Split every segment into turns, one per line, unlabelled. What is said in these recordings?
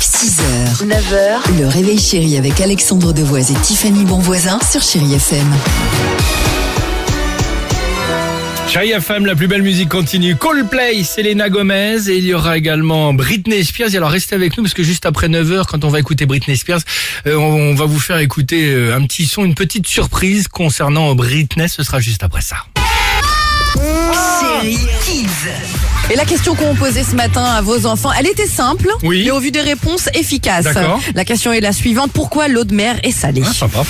6h, 9h, le réveil chéri avec Alexandre Devoise et Tiffany Bonvoisin sur Chéri FM.
Chérie FM, la plus belle musique continue. Coldplay, Selena Gomez et il y aura également Britney Spears. Et alors restez avec nous parce que juste après 9h, quand on va écouter Britney Spears, euh, on, on va vous faire écouter euh, un petit son, une petite surprise concernant Britney. Ce sera juste après ça.
Chéri Kids. Et la question qu'on posait ce matin à vos enfants, elle était simple,
Oui.
mais au vu des réponses, efficace.
D'accord.
La question est la suivante, pourquoi l'eau de mer est salée
Ah, sympa.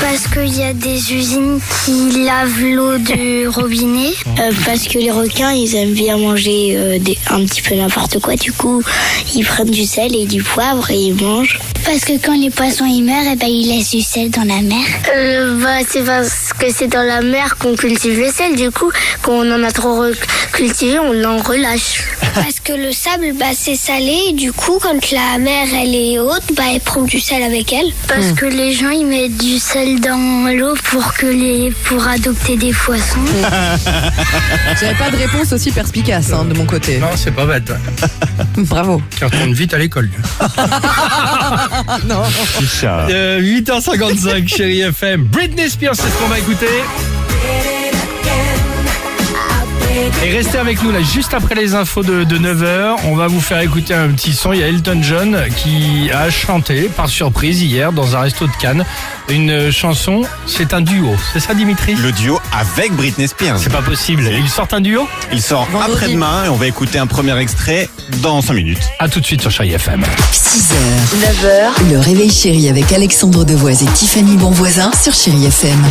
Parce qu'il y a des usines qui lavent l'eau du robinet. Euh, parce que les requins, ils aiment bien manger euh, des- un petit peu n'importe quoi. Du coup, ils prennent du sel et du poivre et ils mangent. Parce que quand les poissons ils meurent, et ben, ils laissent du sel dans la mer. bah, c'est parce que c'est dans la mer qu'on cultive le sel. Du coup, quand on en a trop cultivé, on l'en relâche. Parce que le sable, bah, c'est salé. Et du coup, quand la mer elle est haute, bah, elle prend du sel avec elle. Parce que les gens ils mettent du sel dans l'eau pour que les pour adopter des poissons.
J'avais pas de réponse aussi perspicace hein, de mon côté.
Non, c'est pas bête. hein.
Bravo.
Qui retourne vite à l'école.
Non.
Euh, 8h55, Chérie FM. Britney Spears, c'est ce qu'on va écouter. Et restez avec nous là, juste après les infos de, 9h, on va vous faire écouter un petit son. Il y a Elton John qui a chanté par surprise hier dans un resto de Cannes une euh, chanson. C'est un duo, c'est ça Dimitri
Le duo avec Britney Spears.
C'est pas possible. Ils sortent un duo
Il sort
Vendredi.
après-demain et on va écouter un premier extrait dans 5 minutes.
À tout de suite sur Chérie FM.
6h, 9h, le réveil chéri avec Alexandre Devoise et Tiffany Bonvoisin sur Chéri FM.